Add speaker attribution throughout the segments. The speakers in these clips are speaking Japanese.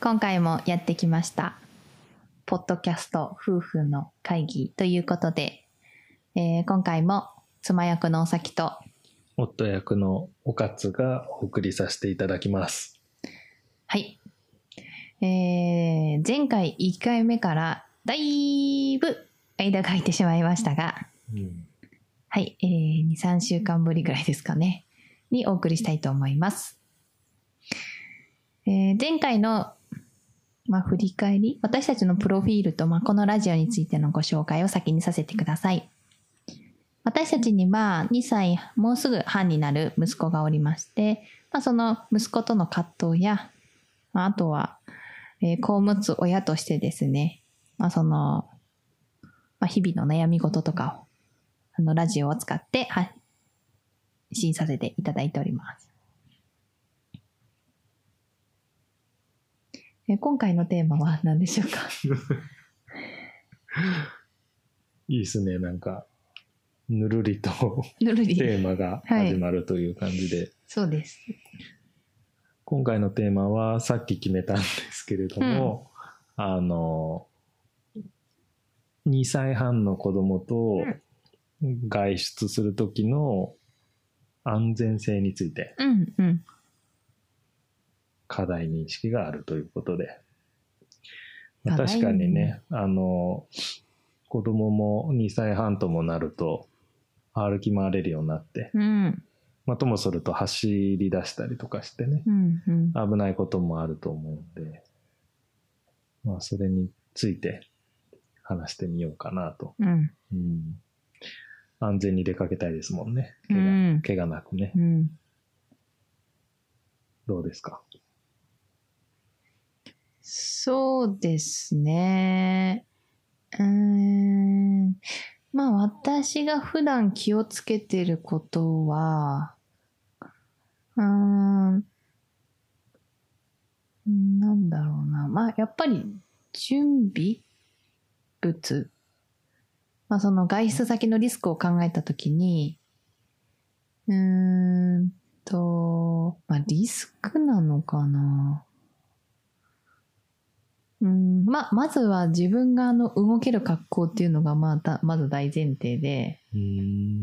Speaker 1: 今回もやってきました。ポッドキャスト夫婦の会議ということで、えー今回も妻役のおさきと、
Speaker 2: 夫役のおかつがお送りさせていただきます。
Speaker 1: はい。えー前回1回目からだいぶ間が空いてしまいましたが、
Speaker 2: うん、
Speaker 1: はい、えー、2、3週間ぶりぐらいですかね、にお送りしたいと思います。えー前回の、まあ、振り返り、私たちのプロフィールと、まあ、このラジオについてのご紹介を先にさせてください。私たちには2歳、もうすぐ半になる息子がおりまして、まあ、その息子との葛藤や、まあ、あとは、えー子を持つ親としてですね、まあ、その、まあ、日々の悩み事とかをあの、ラジオを使って発信させていただいております。え今回のテーマは何でしょうか
Speaker 2: いいですね、なんか、ぬるりと
Speaker 1: ぬる
Speaker 2: テ
Speaker 1: り。
Speaker 2: ーマ が始まるという感じで、
Speaker 1: そうです。
Speaker 2: 今回のテーマはさっき決めたんですけれども、あの、2歳半の子供と外出する時の安全性について
Speaker 1: うんうん。
Speaker 2: 課題認識があるということで。
Speaker 1: 課
Speaker 2: まあ
Speaker 1: 題
Speaker 2: 確かにね、あの、子供も2歳半ともなると歩き回れるようになって、
Speaker 1: うん
Speaker 2: まあ、ともすると走り出したりとかしてね、
Speaker 1: うんうん。
Speaker 2: 危ないこともあると思うんで、まあ、それについて話してみようかなと。
Speaker 1: うん
Speaker 2: うん、安全に出かけたいですもんね。
Speaker 1: う
Speaker 2: 怪我,、
Speaker 1: ん
Speaker 2: 怪我なくね
Speaker 1: う。ん。
Speaker 2: どうですか
Speaker 1: そうですね。うーん。まあ私が普段気をつけてることは、うーん。なんだろうな。まあやっぱり準備物。まあその外出先のリスクを考えたときに、うーんと、まあリスクなのかな。うん、まあ、まずは自分があの動ける格好っていうのがまあたまず大前提で、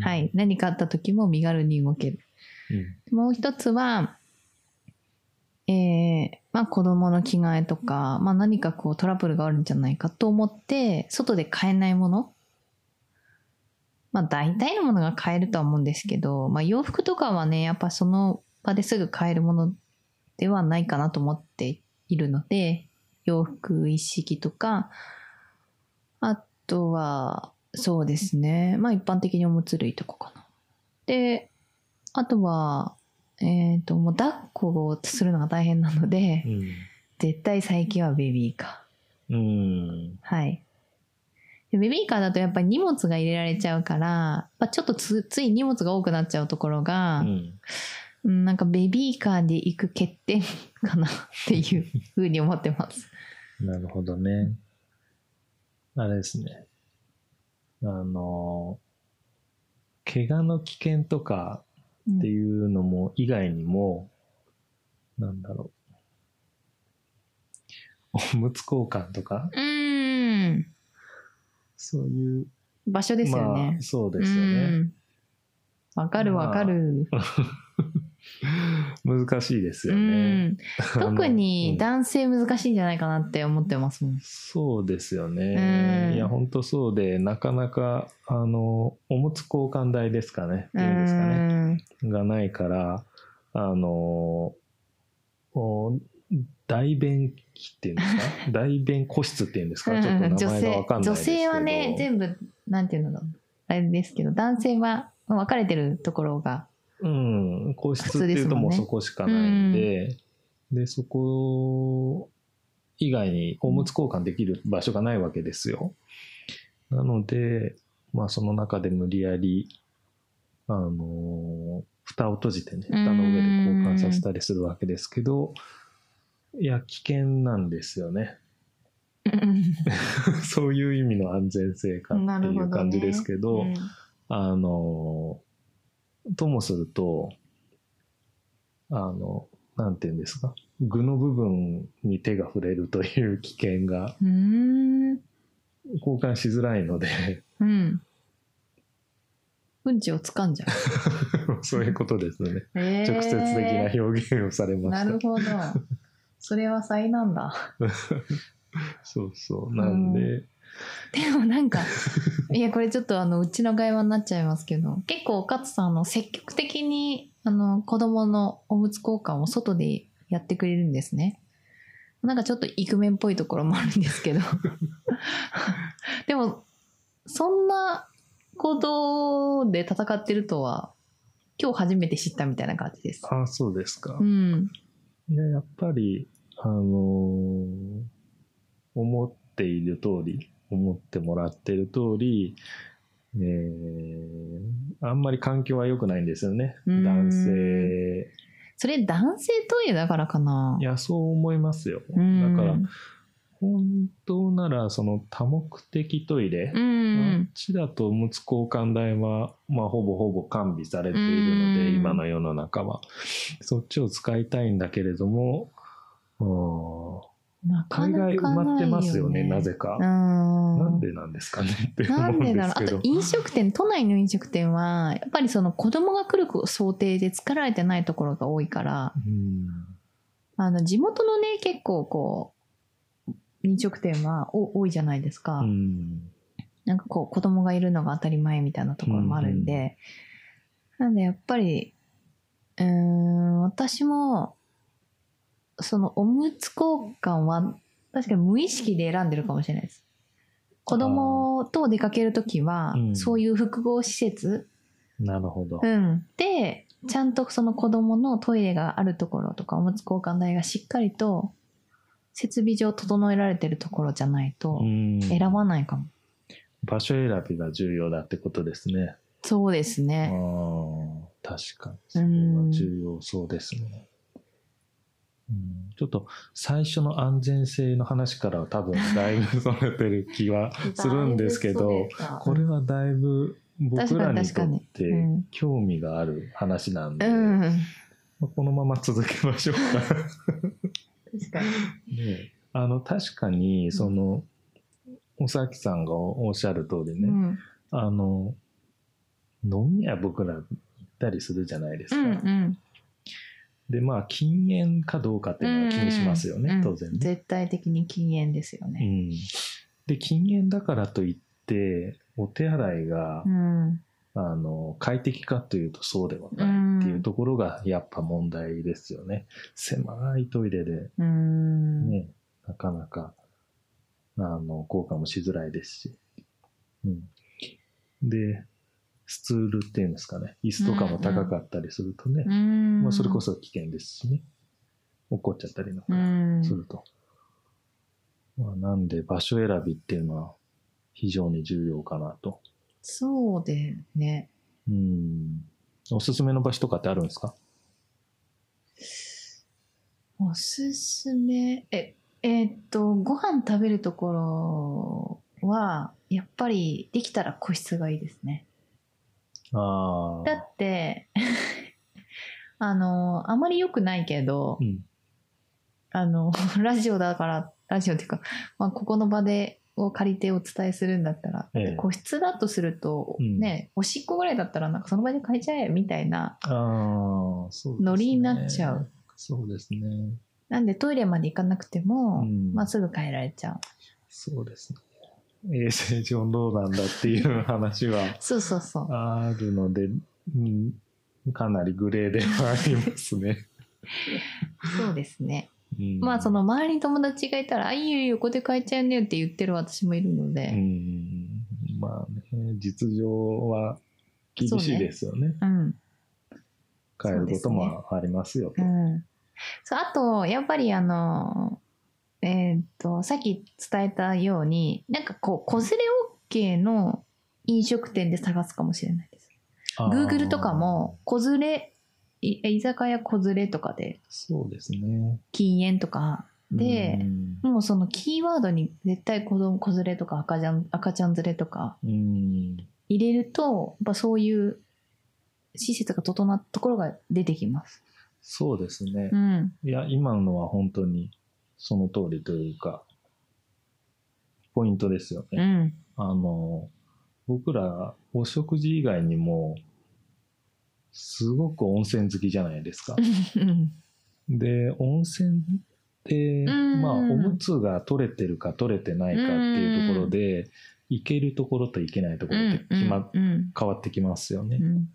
Speaker 1: は。い、何かあった時も身軽に動ける。
Speaker 2: うん
Speaker 1: もう一つは、えーまあ、子供の着替えとか、まあ、何かこうトラブルがあるんじゃないかと思って外で買えないもの、まあ、大体のものが買えるとは思うんですけど、まあ、洋服とかはねやっぱその場ですぐ買えるものではないかなと思っているので洋服一式とかあとはそうですねまあ一般的におむつ類とかかな。であとは、えっ、と、もう抱っこをするのが大変なので、絶対最近はベビーカ
Speaker 2: うん。うん。
Speaker 1: ー。はい。でベビーカーだとやっぱり荷物が入れられちゃうから、まあ、ちょっとつつい荷物が多くなっちゃうところが、
Speaker 2: うん
Speaker 1: うんなんかベビーカーで行く欠点か なっていうふうに思ってます。
Speaker 2: なるほどね。あれですね。あの、怪我の危険とか
Speaker 1: うん
Speaker 2: っていうのも以外にも、なんだろう。おむつ交換とか、
Speaker 1: うーん。
Speaker 2: そういう。
Speaker 1: 場所ですよ
Speaker 2: ま
Speaker 1: ね
Speaker 2: あ、。そうですよね。
Speaker 1: うんわかるわかる。
Speaker 2: 難しいです
Speaker 1: う
Speaker 2: よね。
Speaker 1: ん。
Speaker 2: あの
Speaker 1: 特
Speaker 2: う
Speaker 1: に
Speaker 2: ん
Speaker 1: 男性難しいんじゃないかなって思ってますもん。
Speaker 2: そうですよ
Speaker 1: うん
Speaker 2: ね。いや、本当そうで、なかなか、あの、おむつ交換台ですかね。っていうんですかね。がないから、あのお大便器っていうんです か大便個室っていうんです
Speaker 1: う
Speaker 2: か
Speaker 1: ん
Speaker 2: ちょっと
Speaker 1: 女
Speaker 2: 名前が
Speaker 1: 性
Speaker 2: わかんない
Speaker 1: 女
Speaker 2: ですけど
Speaker 1: 性はね全部なんていうのあれですけど男性は分かれてるところが
Speaker 2: うん、個室って
Speaker 1: 普通で
Speaker 2: い
Speaker 1: す
Speaker 2: うと
Speaker 1: もん
Speaker 2: もう
Speaker 1: ね
Speaker 2: そこしかないんで、で、そこ以外におむつ交換できる場所がないわけですよ。なので、まあその中で無理やり、あのー蓋を閉じてね、蓋の上で交換させたりするわけですけど、いや、危険なんですよね。 そういう意味の安全性か
Speaker 1: な
Speaker 2: って
Speaker 1: る
Speaker 2: い
Speaker 1: ほど、
Speaker 2: う
Speaker 1: ね、
Speaker 2: 感じですけど、
Speaker 1: うん
Speaker 2: あの、ともすると、あの、なんていうんですか、具の部分に手が触れるという危険が
Speaker 1: うーん。
Speaker 2: 交換しづらいので
Speaker 1: うん。うんちを掴んじゃう。
Speaker 2: そういうことですね、
Speaker 1: えー
Speaker 2: 直接的な表現をされま
Speaker 1: な
Speaker 2: した
Speaker 1: るほど。それは災難だ。
Speaker 2: そうそうなんで、
Speaker 1: でもなんか、いや、これちょっとあの、うちの会話になっちゃいますけど、結構、勝さん、あの、積極的に、あの、子供のおむつ交換を外でやってくれるんですね。なんかちょっとイクメンっぽいところもあるんです けど。でも、そんなことで戦ってるとは、今日初めて知ったみたいな感じです。
Speaker 2: ああそうですか、
Speaker 1: うん。
Speaker 2: いややっぱりあのー思っている通り思ってもらっている通りえーあんまり環境は良くないんですよね
Speaker 1: うん
Speaker 2: 男性。
Speaker 1: それ男性トイレだからかない
Speaker 2: やそう思いますよだ
Speaker 1: う
Speaker 2: か
Speaker 1: ん
Speaker 2: ら本当ならその多目的トイレ
Speaker 1: う
Speaker 2: あ
Speaker 1: ん
Speaker 2: っ。ちだとおむつ交換台は、まあ、ほぼほぼ完備されているの
Speaker 1: う
Speaker 2: で
Speaker 1: ん
Speaker 2: 今の世の中はそっちを使いたいんだけれどもうん
Speaker 1: なか
Speaker 2: 海
Speaker 1: な
Speaker 2: 外
Speaker 1: か
Speaker 2: 埋まってますよね
Speaker 1: ない
Speaker 2: なぜか
Speaker 1: う、ん。
Speaker 2: なんでなんですかねって
Speaker 1: な
Speaker 2: 思うん
Speaker 1: んで
Speaker 2: で
Speaker 1: だろう
Speaker 2: す。
Speaker 1: あ
Speaker 2: け
Speaker 1: と
Speaker 2: ど
Speaker 1: 飲食店、都内の飲食店は、やっぱりその子供が来る想定で作られてないところが多いから、
Speaker 2: うん
Speaker 1: あの、地元のね、結構こう、飲食店はお多いじゃないですか。
Speaker 2: うん
Speaker 1: なんかこう、子供がいるのが当たり前みたいなところもあるんで、なんでやっぱり、うーん、私も、そのおむつ交換は、確かに無意識で選んでるかもしれないです。子供と出かけるときは
Speaker 2: う、ん
Speaker 1: そういう複合施設、
Speaker 2: なるほど
Speaker 1: うん、で、ちゃんとその子供のトイレがあるところとか、おむつ交換台がしっかりと、設備上整えられてるところじゃないと
Speaker 2: う、ん
Speaker 1: 選ばないかも。
Speaker 2: 場所選びが重要だってことですね
Speaker 1: そうです
Speaker 2: ああ
Speaker 1: ね。
Speaker 2: 確かにそれは重要そうですね、うん、ちょっと最初の安全性の話からは多分だいぶそれてる気はするんですけどこれはだいぶ僕ら
Speaker 1: 確か
Speaker 2: にと
Speaker 1: に
Speaker 2: っ
Speaker 1: 確かにう
Speaker 2: て
Speaker 1: ん
Speaker 2: 興味がある話なん
Speaker 1: う
Speaker 2: で、
Speaker 1: ん。確
Speaker 2: まあこのまま続けましょうか。
Speaker 1: かに。
Speaker 2: ねあの確かにその、おさきさんがおっしゃる通りね、
Speaker 1: うん。
Speaker 2: あの飲み屋僕ら行ったりするじゃないです
Speaker 1: う
Speaker 2: か、
Speaker 1: んうん。
Speaker 2: でまあ禁煙かどうかっていうのは気にしますよ
Speaker 1: う
Speaker 2: ね、
Speaker 1: ん
Speaker 2: 当然ね、
Speaker 1: 絶対的に禁煙ですよ
Speaker 2: う
Speaker 1: ね。
Speaker 2: ん、で禁煙だからといってお手洗いが、
Speaker 1: うん。
Speaker 2: あの快適かというとそうではないっていうところがやっぱ問題ですよね、狭いトイレで
Speaker 1: うん。
Speaker 2: ね、なかなか、あの、効果もしづらいですし。うん。で、スツールっていうんですかね、椅子とかも高かったりするとね、
Speaker 1: うん。
Speaker 2: まあ、それこ。そ危険ですしね、怒っちゃったりなん
Speaker 1: う
Speaker 2: か
Speaker 1: ん。
Speaker 2: すると。まあ、なんで、場所選びっていうのは非常に重要かなと。
Speaker 1: そうでね。
Speaker 2: うん。おすすめの場所とかってあるんですか
Speaker 1: おすすめ、え、えーっと、ご飯食べるところは、やっぱりできたら個室がいいですね。
Speaker 2: あ
Speaker 1: だ
Speaker 2: あ。
Speaker 1: って、 あの、あまり良くないけど
Speaker 2: う、ん。
Speaker 1: あの、 ラジオだから、ラジオっていうか、まあ、ここの場で、を借りてお伝えするんだったら、
Speaker 2: ええ
Speaker 1: 個室だとすると、
Speaker 2: うん
Speaker 1: ね、おしっこぐらいだったら、なんかその場で変えちゃえ、みたいな。
Speaker 2: ああ、そうですね。
Speaker 1: ノリになっちゃう。
Speaker 2: そうですね。
Speaker 1: なんでトイレまで行かなくても、
Speaker 2: うん
Speaker 1: まあ、すぐ変えられちゃう。
Speaker 2: そうですね。衛生上どうなんだっていう話は
Speaker 1: そうそうそう。
Speaker 2: あるので、うん、かなりグレーではあります ね。
Speaker 1: そうですね。
Speaker 2: うん
Speaker 1: まあ、その、周りに友達がいたら、あ、いいよいいよ、ここで変えちゃうねって言ってる私もいるの
Speaker 2: う
Speaker 1: で、
Speaker 2: ん、まあね、実情は厳しいですよね。
Speaker 1: うん。
Speaker 2: 変えることもありますよと。
Speaker 1: うんそうあとやっぱりあのえーっとさっき伝えたようになんかこう子連れ OK の飲食店で探すかもしれないです
Speaker 2: あー
Speaker 1: Google とかも子連れい居酒屋子連れとかで
Speaker 2: そうですね。
Speaker 1: 禁煙とかで
Speaker 2: うん
Speaker 1: もうそのキーワードに絶対子供子連れとか赤ちゃん赤ちゃん連れとか
Speaker 2: うん、
Speaker 1: 入れるとやっぱそういう施設が整ったところが出てきます
Speaker 2: そうですね
Speaker 1: う。ん。
Speaker 2: いや、今のは本当にその通りというか、ポイントですよね。
Speaker 1: うん。
Speaker 2: あの、僕ら、お食事以外にも、すごく温泉好きじゃないですか。
Speaker 1: うん。
Speaker 2: で、温泉って、
Speaker 1: うん
Speaker 2: まあ、おむつが取れてるか取れてないかっていうところで、行けるところと行けないところって決ま、
Speaker 1: うん。
Speaker 2: 変わってきますよね。
Speaker 1: うん。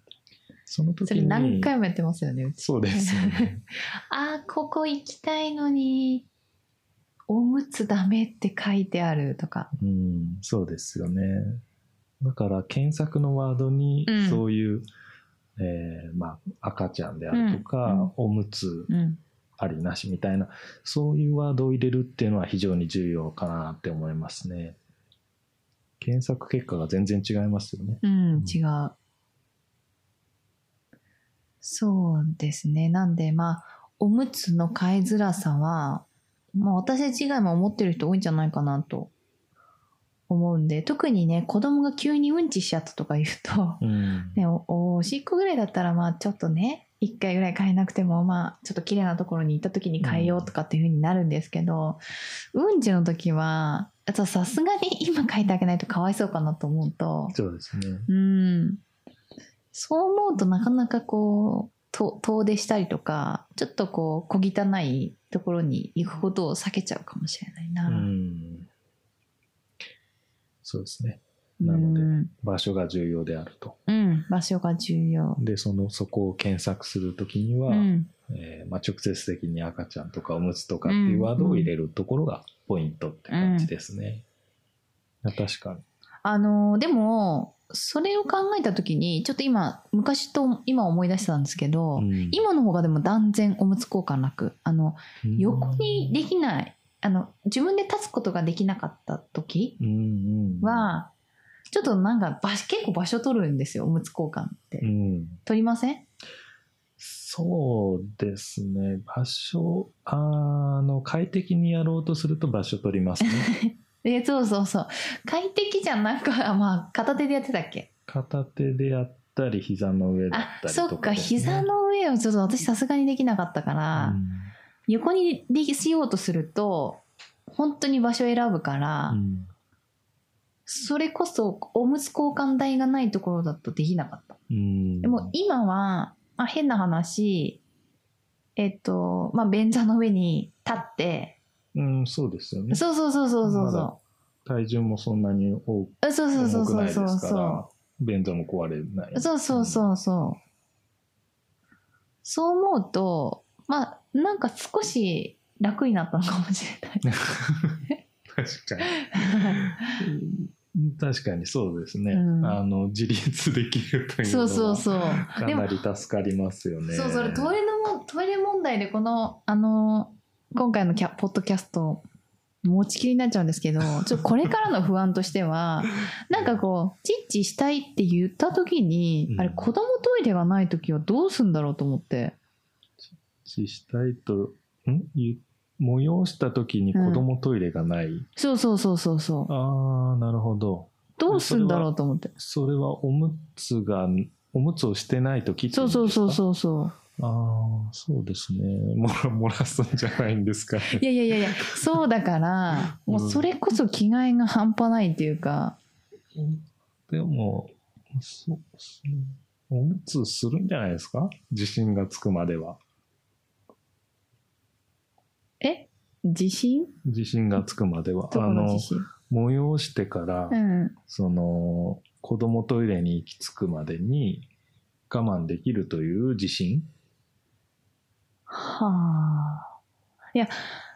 Speaker 2: その時
Speaker 1: そ
Speaker 2: に
Speaker 1: れ、何回もやってますよね、うち。
Speaker 2: そうですよ ね。
Speaker 1: あー、ここ行きたいのに、おむつダメって書いてあるとか。
Speaker 2: うん、そうですよね。だから、検索のワードに
Speaker 1: うん、
Speaker 2: そういう、えーまあ、赤ちゃんであるとか、おむつ、
Speaker 1: うん。
Speaker 2: ありなしみたいな、そういうワードを入れるっていうのは非常に重要かなって思いますね。検索結果が全然違いますよね。
Speaker 1: うん、違う。そうですね。なんで、まあ、おむつの買いづらさは、まあ、私たち以外も思ってる人多いんじゃないかなと思うんで、特にね、子供が急にうんちしちゃったとか言うと、
Speaker 2: うん。
Speaker 1: ね、おおしっこぐらいだったら、まあ、ちょっとね、一回ぐらい変えなくても、まあ、ちょっと綺麗なところに行った時に変えようとかっていう風になるんですけど、うんちの時は、あとさすがに今変えてあげないとかわいそうかなと思うと、
Speaker 2: そうですね。
Speaker 1: うん。そう思うとなかなかこう、と遠出したりとか、ちょっとこう、小汚いところに行くことを避けちゃうかもしれないうな。
Speaker 2: ん。そうですね。
Speaker 1: うん、
Speaker 2: なので場所が重要であると。
Speaker 1: うん、場所が重要。
Speaker 2: で、その、そこを検索するときには、
Speaker 1: うん、
Speaker 2: えーまあ、直接的に赤ちゃんとかおむつとかっていうワードを入れるところがポイントって感じですね。いや確かに。
Speaker 1: あのーでもそれを考えた時にちょっと今昔と今思い出したんですけど、
Speaker 2: うん
Speaker 1: 今の方がでも断然おむつ交換楽あの横にできないあの自分で立つことができなかった時、
Speaker 2: うんうん、
Speaker 1: は、ちょっとなんか場所、結構場所取るんですよ、おむつ交換って。
Speaker 2: うん、
Speaker 1: 取りません
Speaker 2: そうですね。場所、あの、快適にやろうとすると場所取りますね。
Speaker 1: え、そうそうそう。快適じゃなく、あまあ、片手でやってたっけ
Speaker 2: 片手でやったり、膝の上だっ
Speaker 1: あ、
Speaker 2: たりとか、
Speaker 1: そっか、膝、の上をちょっと私さすがにできなかったから、横にできしようとすると、本当に場所選ぶから、
Speaker 2: うんうん
Speaker 1: それこそおむつ交換台がないところだとできなかった。
Speaker 2: うん
Speaker 1: でも今は、まあ、変な話、えっと、まあ、便座の上に立って、
Speaker 2: うん、そうですよね。
Speaker 1: そうそうそうそうそう
Speaker 2: ま
Speaker 1: そう
Speaker 2: だ。体重もそんなに多く
Speaker 1: あそうそうそう
Speaker 2: 重く
Speaker 1: そ
Speaker 2: ないうです
Speaker 1: そ
Speaker 2: か
Speaker 1: う
Speaker 2: ら、
Speaker 1: そ
Speaker 2: 便座も壊れない。
Speaker 1: うそうそうそうそうそう思うとまあなんか少し楽になったのかもしれ ない
Speaker 2: 確かに。確かにそうですね。
Speaker 1: うん
Speaker 2: あの、自立できるというの
Speaker 1: そう
Speaker 2: は
Speaker 1: そうそう
Speaker 2: か
Speaker 1: でも
Speaker 2: なり助かりますよね。
Speaker 1: そうそれトイレのもトイレ問題でこのあの今回のキャポッドキャスト持ちきりになっちゃうんです けどちょっとこれからの不安としてはなんかこうチッチしたいって言った時に、
Speaker 2: うん
Speaker 1: あれ子供トイレがない時はどうすんだろうと思って
Speaker 2: ししたいと、んゆ催した時に子供トイレがない。
Speaker 1: そうそうそうそうそう
Speaker 2: ああ、なるほど。
Speaker 1: どうすんだろうと思って
Speaker 2: それはおむつが、おむつをしてない時ってい。
Speaker 1: そうそうそうそうそう
Speaker 2: ああ、そうですね。もら、漏らすんじゃないんですか、ね。
Speaker 1: ういやいやいやいやそうだから
Speaker 2: うん
Speaker 1: もうそれこそ着替えが半端ないっていうか
Speaker 2: でも、そうですね。おむつするんじゃないですか自信がつくまでは。
Speaker 1: え地震
Speaker 2: 自信がつくまでは。
Speaker 1: どこの地震
Speaker 2: あの、催してから、
Speaker 1: うん
Speaker 2: その子供トイレに行き着くまでに我慢できるという自信
Speaker 1: はあいや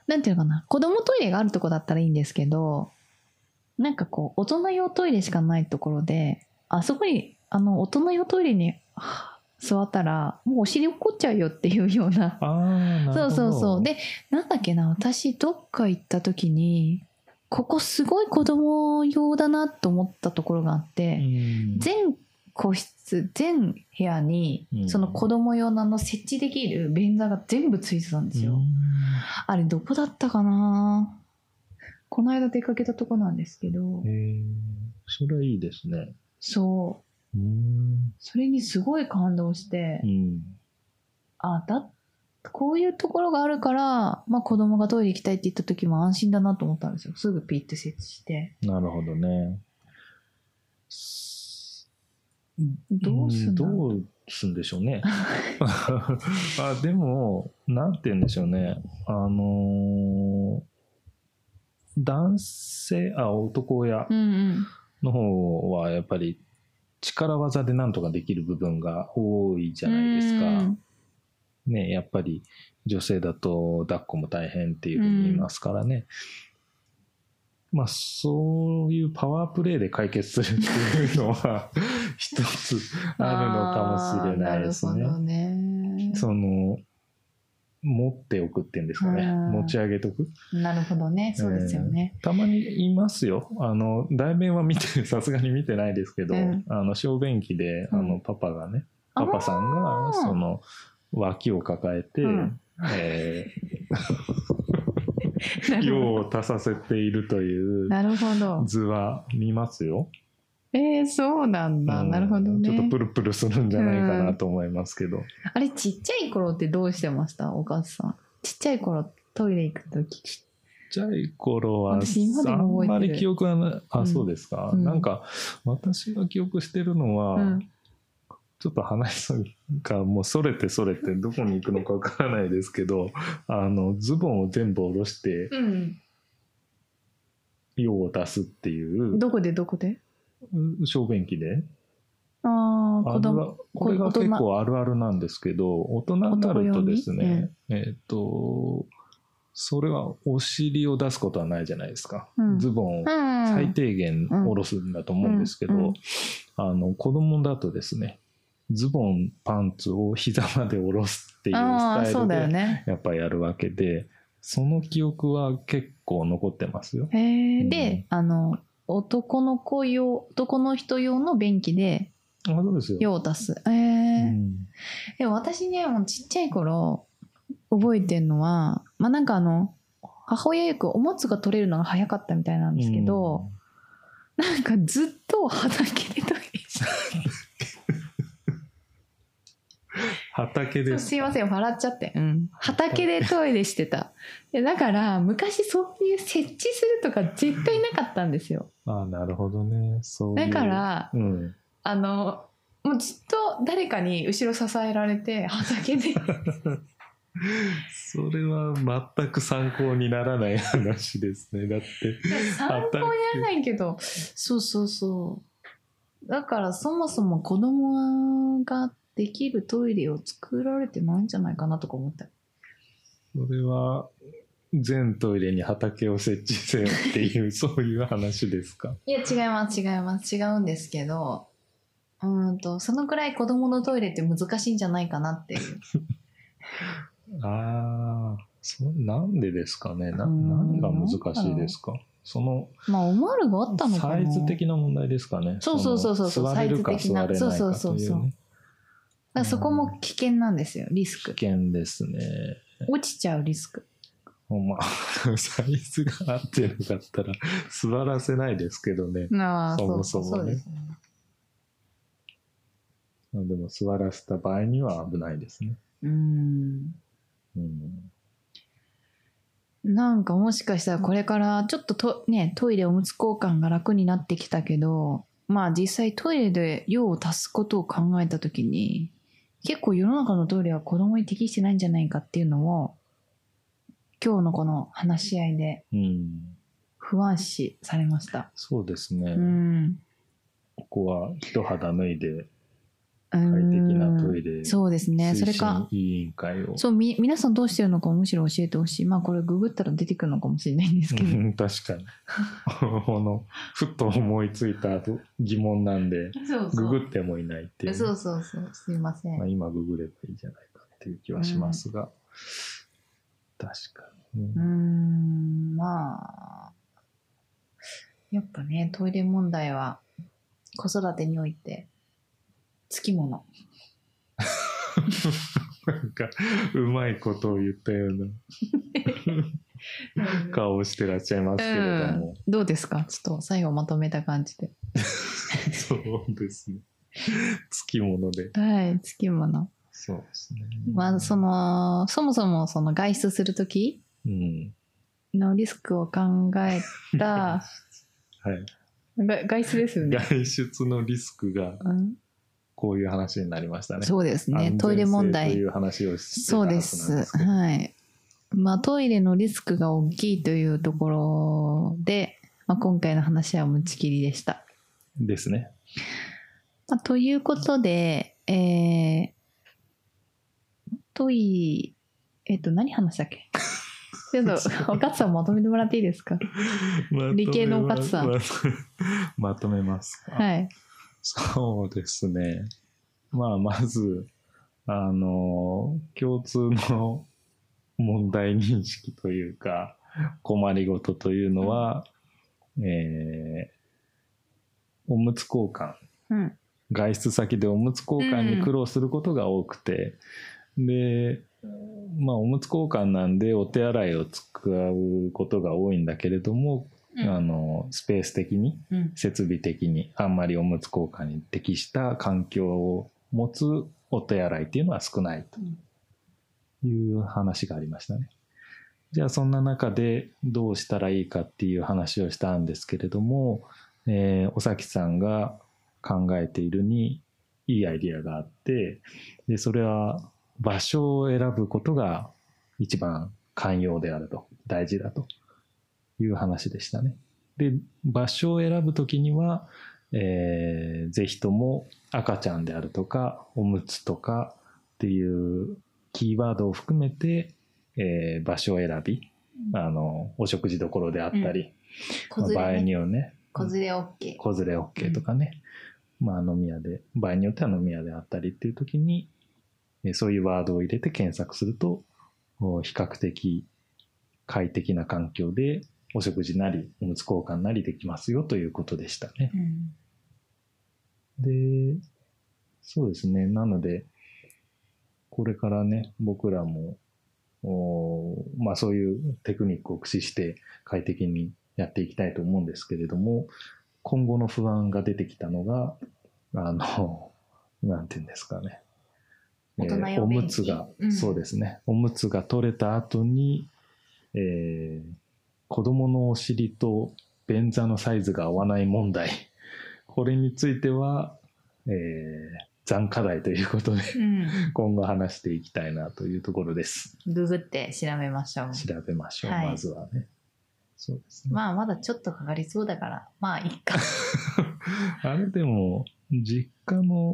Speaker 1: なんていうのかな子供トイレがあるとこだったらいいんですけどなんかこう大人用トイレしかないところであそこにあの大人用トイレにはあ座ったらもうお尻落っこっちゃうよっていうような
Speaker 2: ああな
Speaker 1: そうそうそう。で、なんだっけな、私、どっか行った時に、ここすごい子供用だなと思ったところがあっ
Speaker 2: う
Speaker 1: て、
Speaker 2: ん、
Speaker 1: 全個室、全部屋に
Speaker 2: う、ん
Speaker 1: その子供用のあの設置できる便座が全部ついてたんですよ。あれ、どこだったかなこの間出かけたとこなんですけど
Speaker 2: うん、へえそれはいいですね
Speaker 1: そう、
Speaker 2: うん
Speaker 1: それにすごい感動して
Speaker 2: う、ん
Speaker 1: あ、だっこういうところがあるから、まあ子供がトイレ行きたいって言った時も安心だなと思ったんですよ。すぐピッて設置して。
Speaker 2: なるほどね。
Speaker 1: どうすんだろう
Speaker 2: どうすんでしょう ね。 あでも、なんて言うんでしょうね。あのー男性、あ、男親
Speaker 1: うんうん。
Speaker 2: の方はやっぱり力技でなんとかできる部分が多いじゃないです
Speaker 1: う
Speaker 2: か。
Speaker 1: ん
Speaker 2: ね、やっぱり女性だと抱っこも大変っていうふうに言いますからね。まあ、そういうパワープレイで解決するっていうのは一つあるのかもしれないです
Speaker 1: あー
Speaker 2: ね
Speaker 1: なる。ほどね。
Speaker 2: その持っておくっていうんですかね、
Speaker 1: うん
Speaker 2: 持ち上げとく
Speaker 1: なるほどね。そうですよね。
Speaker 2: たまにいますよあの題名は見て さすがに見てないですけど、
Speaker 1: うん
Speaker 2: あの小便器であ
Speaker 1: う
Speaker 2: の
Speaker 1: ん
Speaker 2: パパがね、
Speaker 1: あー
Speaker 2: パパさんがその脇を抱えて、
Speaker 1: うん
Speaker 2: え
Speaker 1: な
Speaker 2: ー
Speaker 1: るほ
Speaker 2: 用
Speaker 1: ど
Speaker 2: を足させているとい う
Speaker 1: なるほ ど。
Speaker 2: 図は見ますよ、
Speaker 1: えー、そうなんだ。
Speaker 2: うん
Speaker 1: なるほどね。
Speaker 2: ちょっとプルプルするんじゃないかなと思いますけど、
Speaker 1: あれ、ちっちゃい頃ってどうしてましたお母さん。ちっちゃい頃、トイレ行くとき。
Speaker 2: ちっちゃい頃は
Speaker 1: 私今で
Speaker 2: あ
Speaker 1: も覚え
Speaker 2: ん
Speaker 1: てる
Speaker 2: まり記憶はな
Speaker 1: う
Speaker 2: あ
Speaker 1: ん
Speaker 2: そうですか、
Speaker 1: うん
Speaker 2: なんか私が記憶してるのは、
Speaker 1: うん
Speaker 2: ちょっと話がもうそれてそれてどこに行くのかわからないですけどあのズボンを全部下ろして
Speaker 1: うん。
Speaker 2: 用を出すっていう
Speaker 1: どこでどこで
Speaker 2: 小便器で
Speaker 1: ああ、子
Speaker 2: あれ
Speaker 1: 供。
Speaker 2: はこれが
Speaker 1: 大人
Speaker 2: 結構あるあるなんですけど大人になるとですね、えっ、とそれはお尻を出すことはないじゃないですか、
Speaker 1: うん
Speaker 2: ズボンを
Speaker 1: うん
Speaker 2: 最低限下ろすんだと思うんですけど、
Speaker 1: うんうん
Speaker 2: あの子供だとですねズボンパンツを膝まで下ろすっていう
Speaker 1: ああ、
Speaker 2: スタ
Speaker 1: そう
Speaker 2: イル
Speaker 1: だよ
Speaker 2: で
Speaker 1: ね。
Speaker 2: やっぱやるわけでその記憶は結構残ってますよ。
Speaker 1: へえ、
Speaker 2: うん
Speaker 1: で、あの、男の子用、男の人用の便器で
Speaker 2: あそうですよ、
Speaker 1: 用を足す。え
Speaker 2: う
Speaker 1: え
Speaker 2: ん
Speaker 1: でも私ね、もうちっちゃい頃、覚えてるのは、まあなんかあの、母親よくおむつが取れるのが早かったみたいなんですけど、なんかずっと畑でトイレして
Speaker 2: 畑
Speaker 1: そ
Speaker 2: で
Speaker 1: う
Speaker 2: す
Speaker 1: すいません笑っちゃって、うん、畑でトイレしてたでだから昔そういう設置するとか絶対なかったんですよ
Speaker 2: あなるほどねそうい
Speaker 1: だ
Speaker 2: う
Speaker 1: から
Speaker 2: うん、
Speaker 1: あのもうずっと誰かに後ろ支えられて畑で
Speaker 2: それは全く参考にならない話ですねだって
Speaker 1: 参考にならないけどそうそうそうだからそもそも子供ができるトイレを作られてないんじゃないかなとか思った
Speaker 2: それは全トイレに畑を設置せよって いうそういう話ですか。
Speaker 1: いや違います違います違うんですけどうーんとそのくらい子供のトイレって難しいんじゃないかなっていう
Speaker 2: ああ、そなんでですかね。な
Speaker 1: うん
Speaker 2: 何が難しいですか。その
Speaker 1: まあ思わるがあったのかな
Speaker 2: サイズ的な問題ですかね。
Speaker 1: そうそうそうそう
Speaker 2: の座れるか
Speaker 1: サイズ的な
Speaker 2: 座れないか
Speaker 1: そ
Speaker 2: と
Speaker 1: うそう
Speaker 2: い
Speaker 1: そうそ
Speaker 2: う
Speaker 1: う
Speaker 2: ね。
Speaker 1: だからそこも危険なんですよリス
Speaker 2: 危
Speaker 1: ク
Speaker 2: 険ですね。
Speaker 1: 落ちちゃうリスク
Speaker 2: まあ サイズが合ってなかったら座らせないですけどね。
Speaker 1: ああ
Speaker 2: そ
Speaker 1: そう
Speaker 2: も
Speaker 1: そ
Speaker 2: そうも
Speaker 1: そう
Speaker 2: ね
Speaker 1: ですね
Speaker 2: でも座らせた場合には危ないですね。
Speaker 1: うーん
Speaker 2: うん。
Speaker 1: なんかもしかしたらこれからちょっとと、ね、トイレおむつ交換が楽になってきたけどまあ実際トイレで用を足すことを考えた時に結構世の中のトイレは子供に適してないんじゃないかっていうのを今日のこの話し合いで
Speaker 2: うん。
Speaker 1: 不安視されました。
Speaker 2: そうですね。
Speaker 1: うん、
Speaker 2: ここは一肌脱いで
Speaker 1: 快
Speaker 2: 快適なトイレ
Speaker 1: そうですねそれか
Speaker 2: 推進委員会を。
Speaker 1: そうみ皆さんどうしてるのかむしろ教えてほしいまあこれググったら出てくるのかもしれないんですけど
Speaker 2: うん確かに。 この、ふっと思いついた疑問なんで、
Speaker 1: そう
Speaker 2: ググってもいないっていう。
Speaker 1: そうそうそうすいません
Speaker 2: まあ、今ググればいいじゃないかっていう気はしますが、確かに
Speaker 1: うー
Speaker 2: ね。
Speaker 1: んまあ、やっぱね、トイレ問題は子育てにおいてつきもの。
Speaker 2: なんか、うまいことを言ったような顔をしてらっしゃいますけれども、
Speaker 1: どうですかちょっと最後まとめた感じで。
Speaker 2: そうですね。つきもので。
Speaker 1: はい、つきもの。
Speaker 2: そうですね。
Speaker 1: まあ、その、そもそもその外出するとき
Speaker 2: うん。
Speaker 1: のリスクを考えた、
Speaker 2: はい。
Speaker 1: が外出ですよね。
Speaker 2: 外出のリスクが
Speaker 1: うん、
Speaker 2: こういう話になりましたね。
Speaker 1: そうです
Speaker 2: 安全
Speaker 1: ね。
Speaker 2: 性
Speaker 1: トイレ問
Speaker 2: と
Speaker 1: 題
Speaker 2: い。う話をしてた
Speaker 1: そ
Speaker 2: は
Speaker 1: う
Speaker 2: ずなん
Speaker 1: で
Speaker 2: です
Speaker 1: す。
Speaker 2: けど
Speaker 1: はい。まあ、トイレのリスクが大きいというところで、まあ、今回の話は持ちきりでした。
Speaker 2: ですね。
Speaker 1: まあ、ということで、えー、トイ、えっ、と、何話したっ けちょっと、おかつさんまとめてもらっていいですか理系のおかつさん
Speaker 2: まとめます。まとめますか。
Speaker 1: はい。
Speaker 2: そうですね。まあ、まず、あの、共通の問題認識というか、困りごとというのは、えーおむつ交換。
Speaker 1: うん。
Speaker 2: 外出先でおむつ交換に苦労することが多くて、で、まあ、おむつ交換なんでお手洗いを使うことが多いんだけれども、あのスペース的に
Speaker 1: うん。
Speaker 2: 設備的にあんまりおむつ交換に適した環境を持つお手洗いっていうのは少ないという話がありましたね。じゃあそんな中でどうしたらいいかっていう話をしたんですけれども、えーおさきさんが考えているにいいアイディアがあってでそれは場所を選ぶことが一番寛容であると大事だという話でしたね。で場所を選ぶときには、えーぜひとも赤ちゃんであるとかおむつとかっていうキーワードを含めて、えー場所を選びあのお食事どころであったり、まあ場合によね
Speaker 1: 連れ OK。
Speaker 2: 子連れ OK とかね、まあ飲み屋で場合によっては飲み屋であったりっていう時にえーそういうワードを入れて検索するとお比較的快適な環境でお食事なりおむつ交換なりできますよということでしたね。
Speaker 1: うん。
Speaker 2: でそうですねなのでこれからね僕らもおーまあそういうテクニックを駆使して快適にやっていきたいと思うんですけれども今後の不安が出てきたのがあの なんて言うんですかね、
Speaker 1: 大人
Speaker 2: お
Speaker 1: 用便器
Speaker 2: むつが、
Speaker 1: うん
Speaker 2: そうですねおむつが取れた後に、えー子供のお尻と便座のサイズが合わない問題これについては、えー残課題ということで
Speaker 1: うん。
Speaker 2: 今後話していきたいなというところです。
Speaker 1: ググって調べましょう。
Speaker 2: 調べましょう、
Speaker 1: はい
Speaker 2: まずはね。そうですね。
Speaker 1: まあ、まだちょっとかかりそうだから、まあ、いいか。
Speaker 2: あれでも、実家の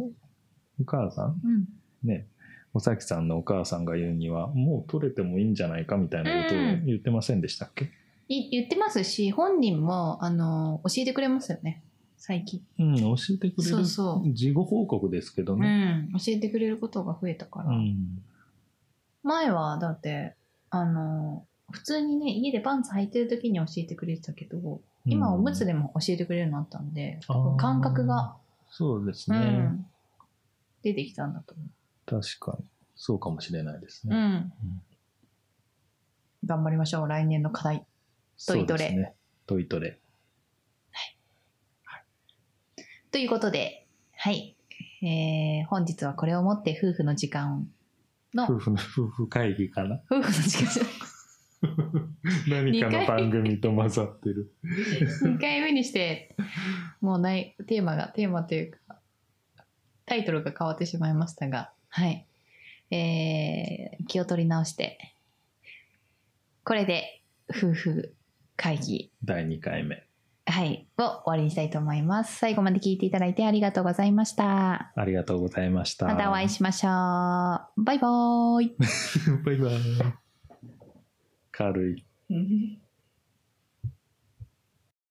Speaker 2: お母さん
Speaker 1: うん。
Speaker 2: ね、おさきさんのお母さんが言うには、もう取れてもいいんじゃないかみたいなことを
Speaker 1: うん
Speaker 2: 言ってませんでしたっけ
Speaker 1: い言ってますし本人もあの教えてくれますよね最近、
Speaker 2: うん、教えてくれる。
Speaker 1: そうそう
Speaker 2: 事後報告ですけどね。
Speaker 1: うん教えてくれることが増えたから、
Speaker 2: うん。
Speaker 1: 前はだってあの普通にね家でパンツ履いてる時に教えてくれてたけど今おむつ
Speaker 2: で。
Speaker 1: でも教えてくれるようになったんで、
Speaker 2: あー
Speaker 1: 感覚が、
Speaker 2: そうです
Speaker 1: う
Speaker 2: ね。
Speaker 1: ん、出てきたんだと思
Speaker 2: 確かに。そうかもしれないです
Speaker 1: う、う
Speaker 2: ね。
Speaker 1: ん頑張りましょう来年の課題
Speaker 2: そうです
Speaker 1: トイトレ
Speaker 2: ね。トイトレ。
Speaker 1: ということではい、えー、本日はこれをもって夫婦の時間の
Speaker 2: 夫婦の夫婦会議 かな
Speaker 1: 夫婦の時間じゃない
Speaker 2: 何かの番組と混ざってる。
Speaker 1: 2回目にしてもうないテーマがテーマというかタイトルが変わってしまいましたがはいえー、気を取り直してこれで夫婦会議
Speaker 2: 第2回目。
Speaker 1: はいを終わりにしたいと思います最後まで聞いていただいてありがとうございました
Speaker 2: ありがとうございました。
Speaker 1: またお会いしましょうバイバーイ
Speaker 2: バイバイ。軽い。
Speaker 1: うん